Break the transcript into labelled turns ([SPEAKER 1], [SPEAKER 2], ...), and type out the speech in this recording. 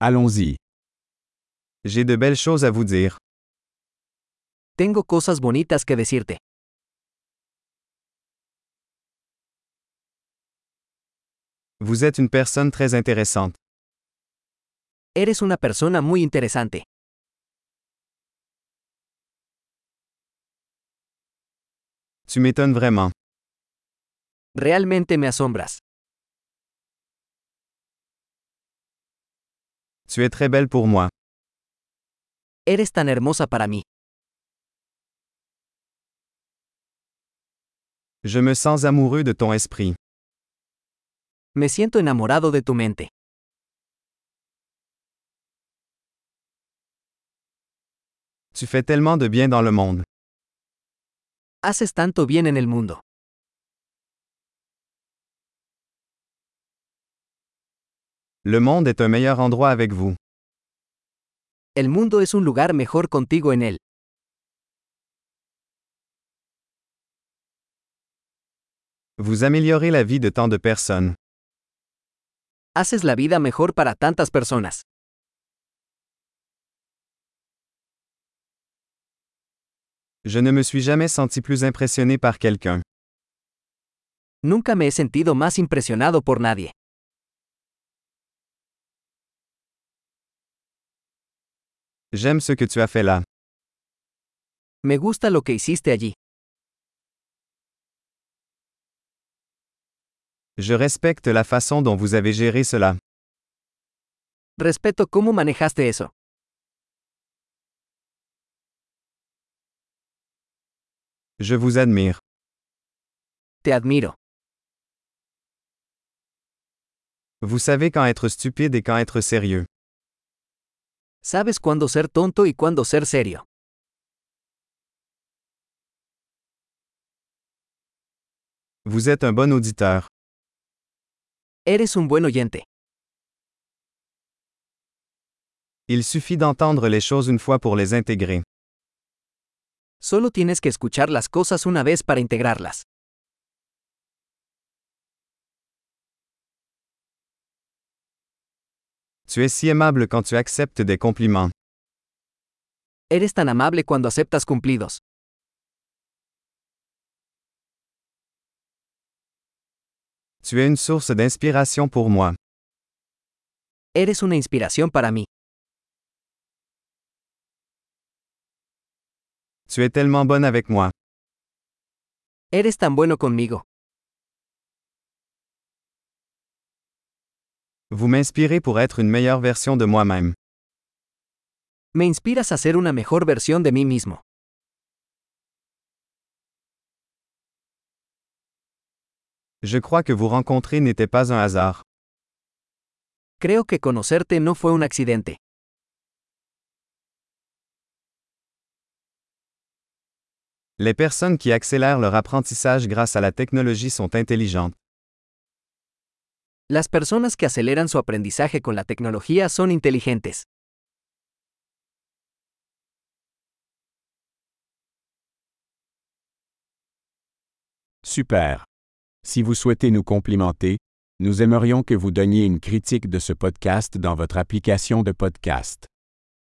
[SPEAKER 1] Allons-y. J'ai de belles choses à vous dire.
[SPEAKER 2] Tengo cosas bonitas que decirte.
[SPEAKER 1] Vous êtes une personne très intéressante.
[SPEAKER 2] Eres una persona muy interesante.
[SPEAKER 1] Tu m'étonnes vraiment.
[SPEAKER 2] Realmente me asombras.
[SPEAKER 1] Tu es très belle pour moi.
[SPEAKER 2] Eres tan hermosa para mí.
[SPEAKER 1] Je me sens amoureux de ton esprit.
[SPEAKER 2] Me siento enamorado de tu mente.
[SPEAKER 1] Tu fais tellement de bien dans le monde.
[SPEAKER 2] Haces tanto bien en el mundo.
[SPEAKER 1] Le monde est un meilleur endroit avec vous.
[SPEAKER 2] El mundo es un lugar mejor contigo en él.
[SPEAKER 1] Vous améliorez la vie de tant de personnes.
[SPEAKER 2] Haces la vida mejor para tantas personas.
[SPEAKER 1] Je ne me suis jamais senti plus impressionné par quelqu'un.
[SPEAKER 2] Nunca me he sentido más impresionado por nadie.
[SPEAKER 1] J'aime ce que tu as fait là.
[SPEAKER 2] Me gusta lo que hiciste allí.
[SPEAKER 1] Je respecte la façon dont vous avez géré cela.
[SPEAKER 2] Respeto cómo manejaste eso.
[SPEAKER 1] Je vous admire.
[SPEAKER 2] Te admiro.
[SPEAKER 1] Vous savez quand être stupide et quand être sérieux.
[SPEAKER 2] Sabes cuándo ser tonto y cuándo ser serio.
[SPEAKER 1] Vous êtes un bon auditeur.
[SPEAKER 2] Eres un buen oyente.
[SPEAKER 1] Il suffit d'entendre les choses une fois pour les intégrer.
[SPEAKER 2] Solo tienes que escuchar las cosas una vez para integrarlas.
[SPEAKER 1] Tu es si aimable quand tu acceptes des compliments.
[SPEAKER 2] Eres tan amable cuando aceptas cumplidos.
[SPEAKER 1] Tu es une source d'inspiration pour moi.
[SPEAKER 2] Eres una inspiración para mí.
[SPEAKER 1] Tu es tellement bonne avec moi.
[SPEAKER 2] Eres tan bueno conmigo.
[SPEAKER 1] Vous m'inspirez pour être une meilleure version de moi-même.
[SPEAKER 2] Me inspiras a ser una mejor versión de mí mismo.
[SPEAKER 1] Je crois que vous rencontrer n'était pas un hasard.
[SPEAKER 2] Creo que conocerte no fue un accidente.
[SPEAKER 1] Les personnes qui accélèrent leur apprentissage grâce à la technologie sont intelligentes.
[SPEAKER 2] Las personas que aceleran su aprendizaje con la tecnología son inteligentes.
[SPEAKER 3] Super. Si vous souhaitez nous complimenter, nous aimerions que vous donniez une critique de ce podcast dans votre application de podcast.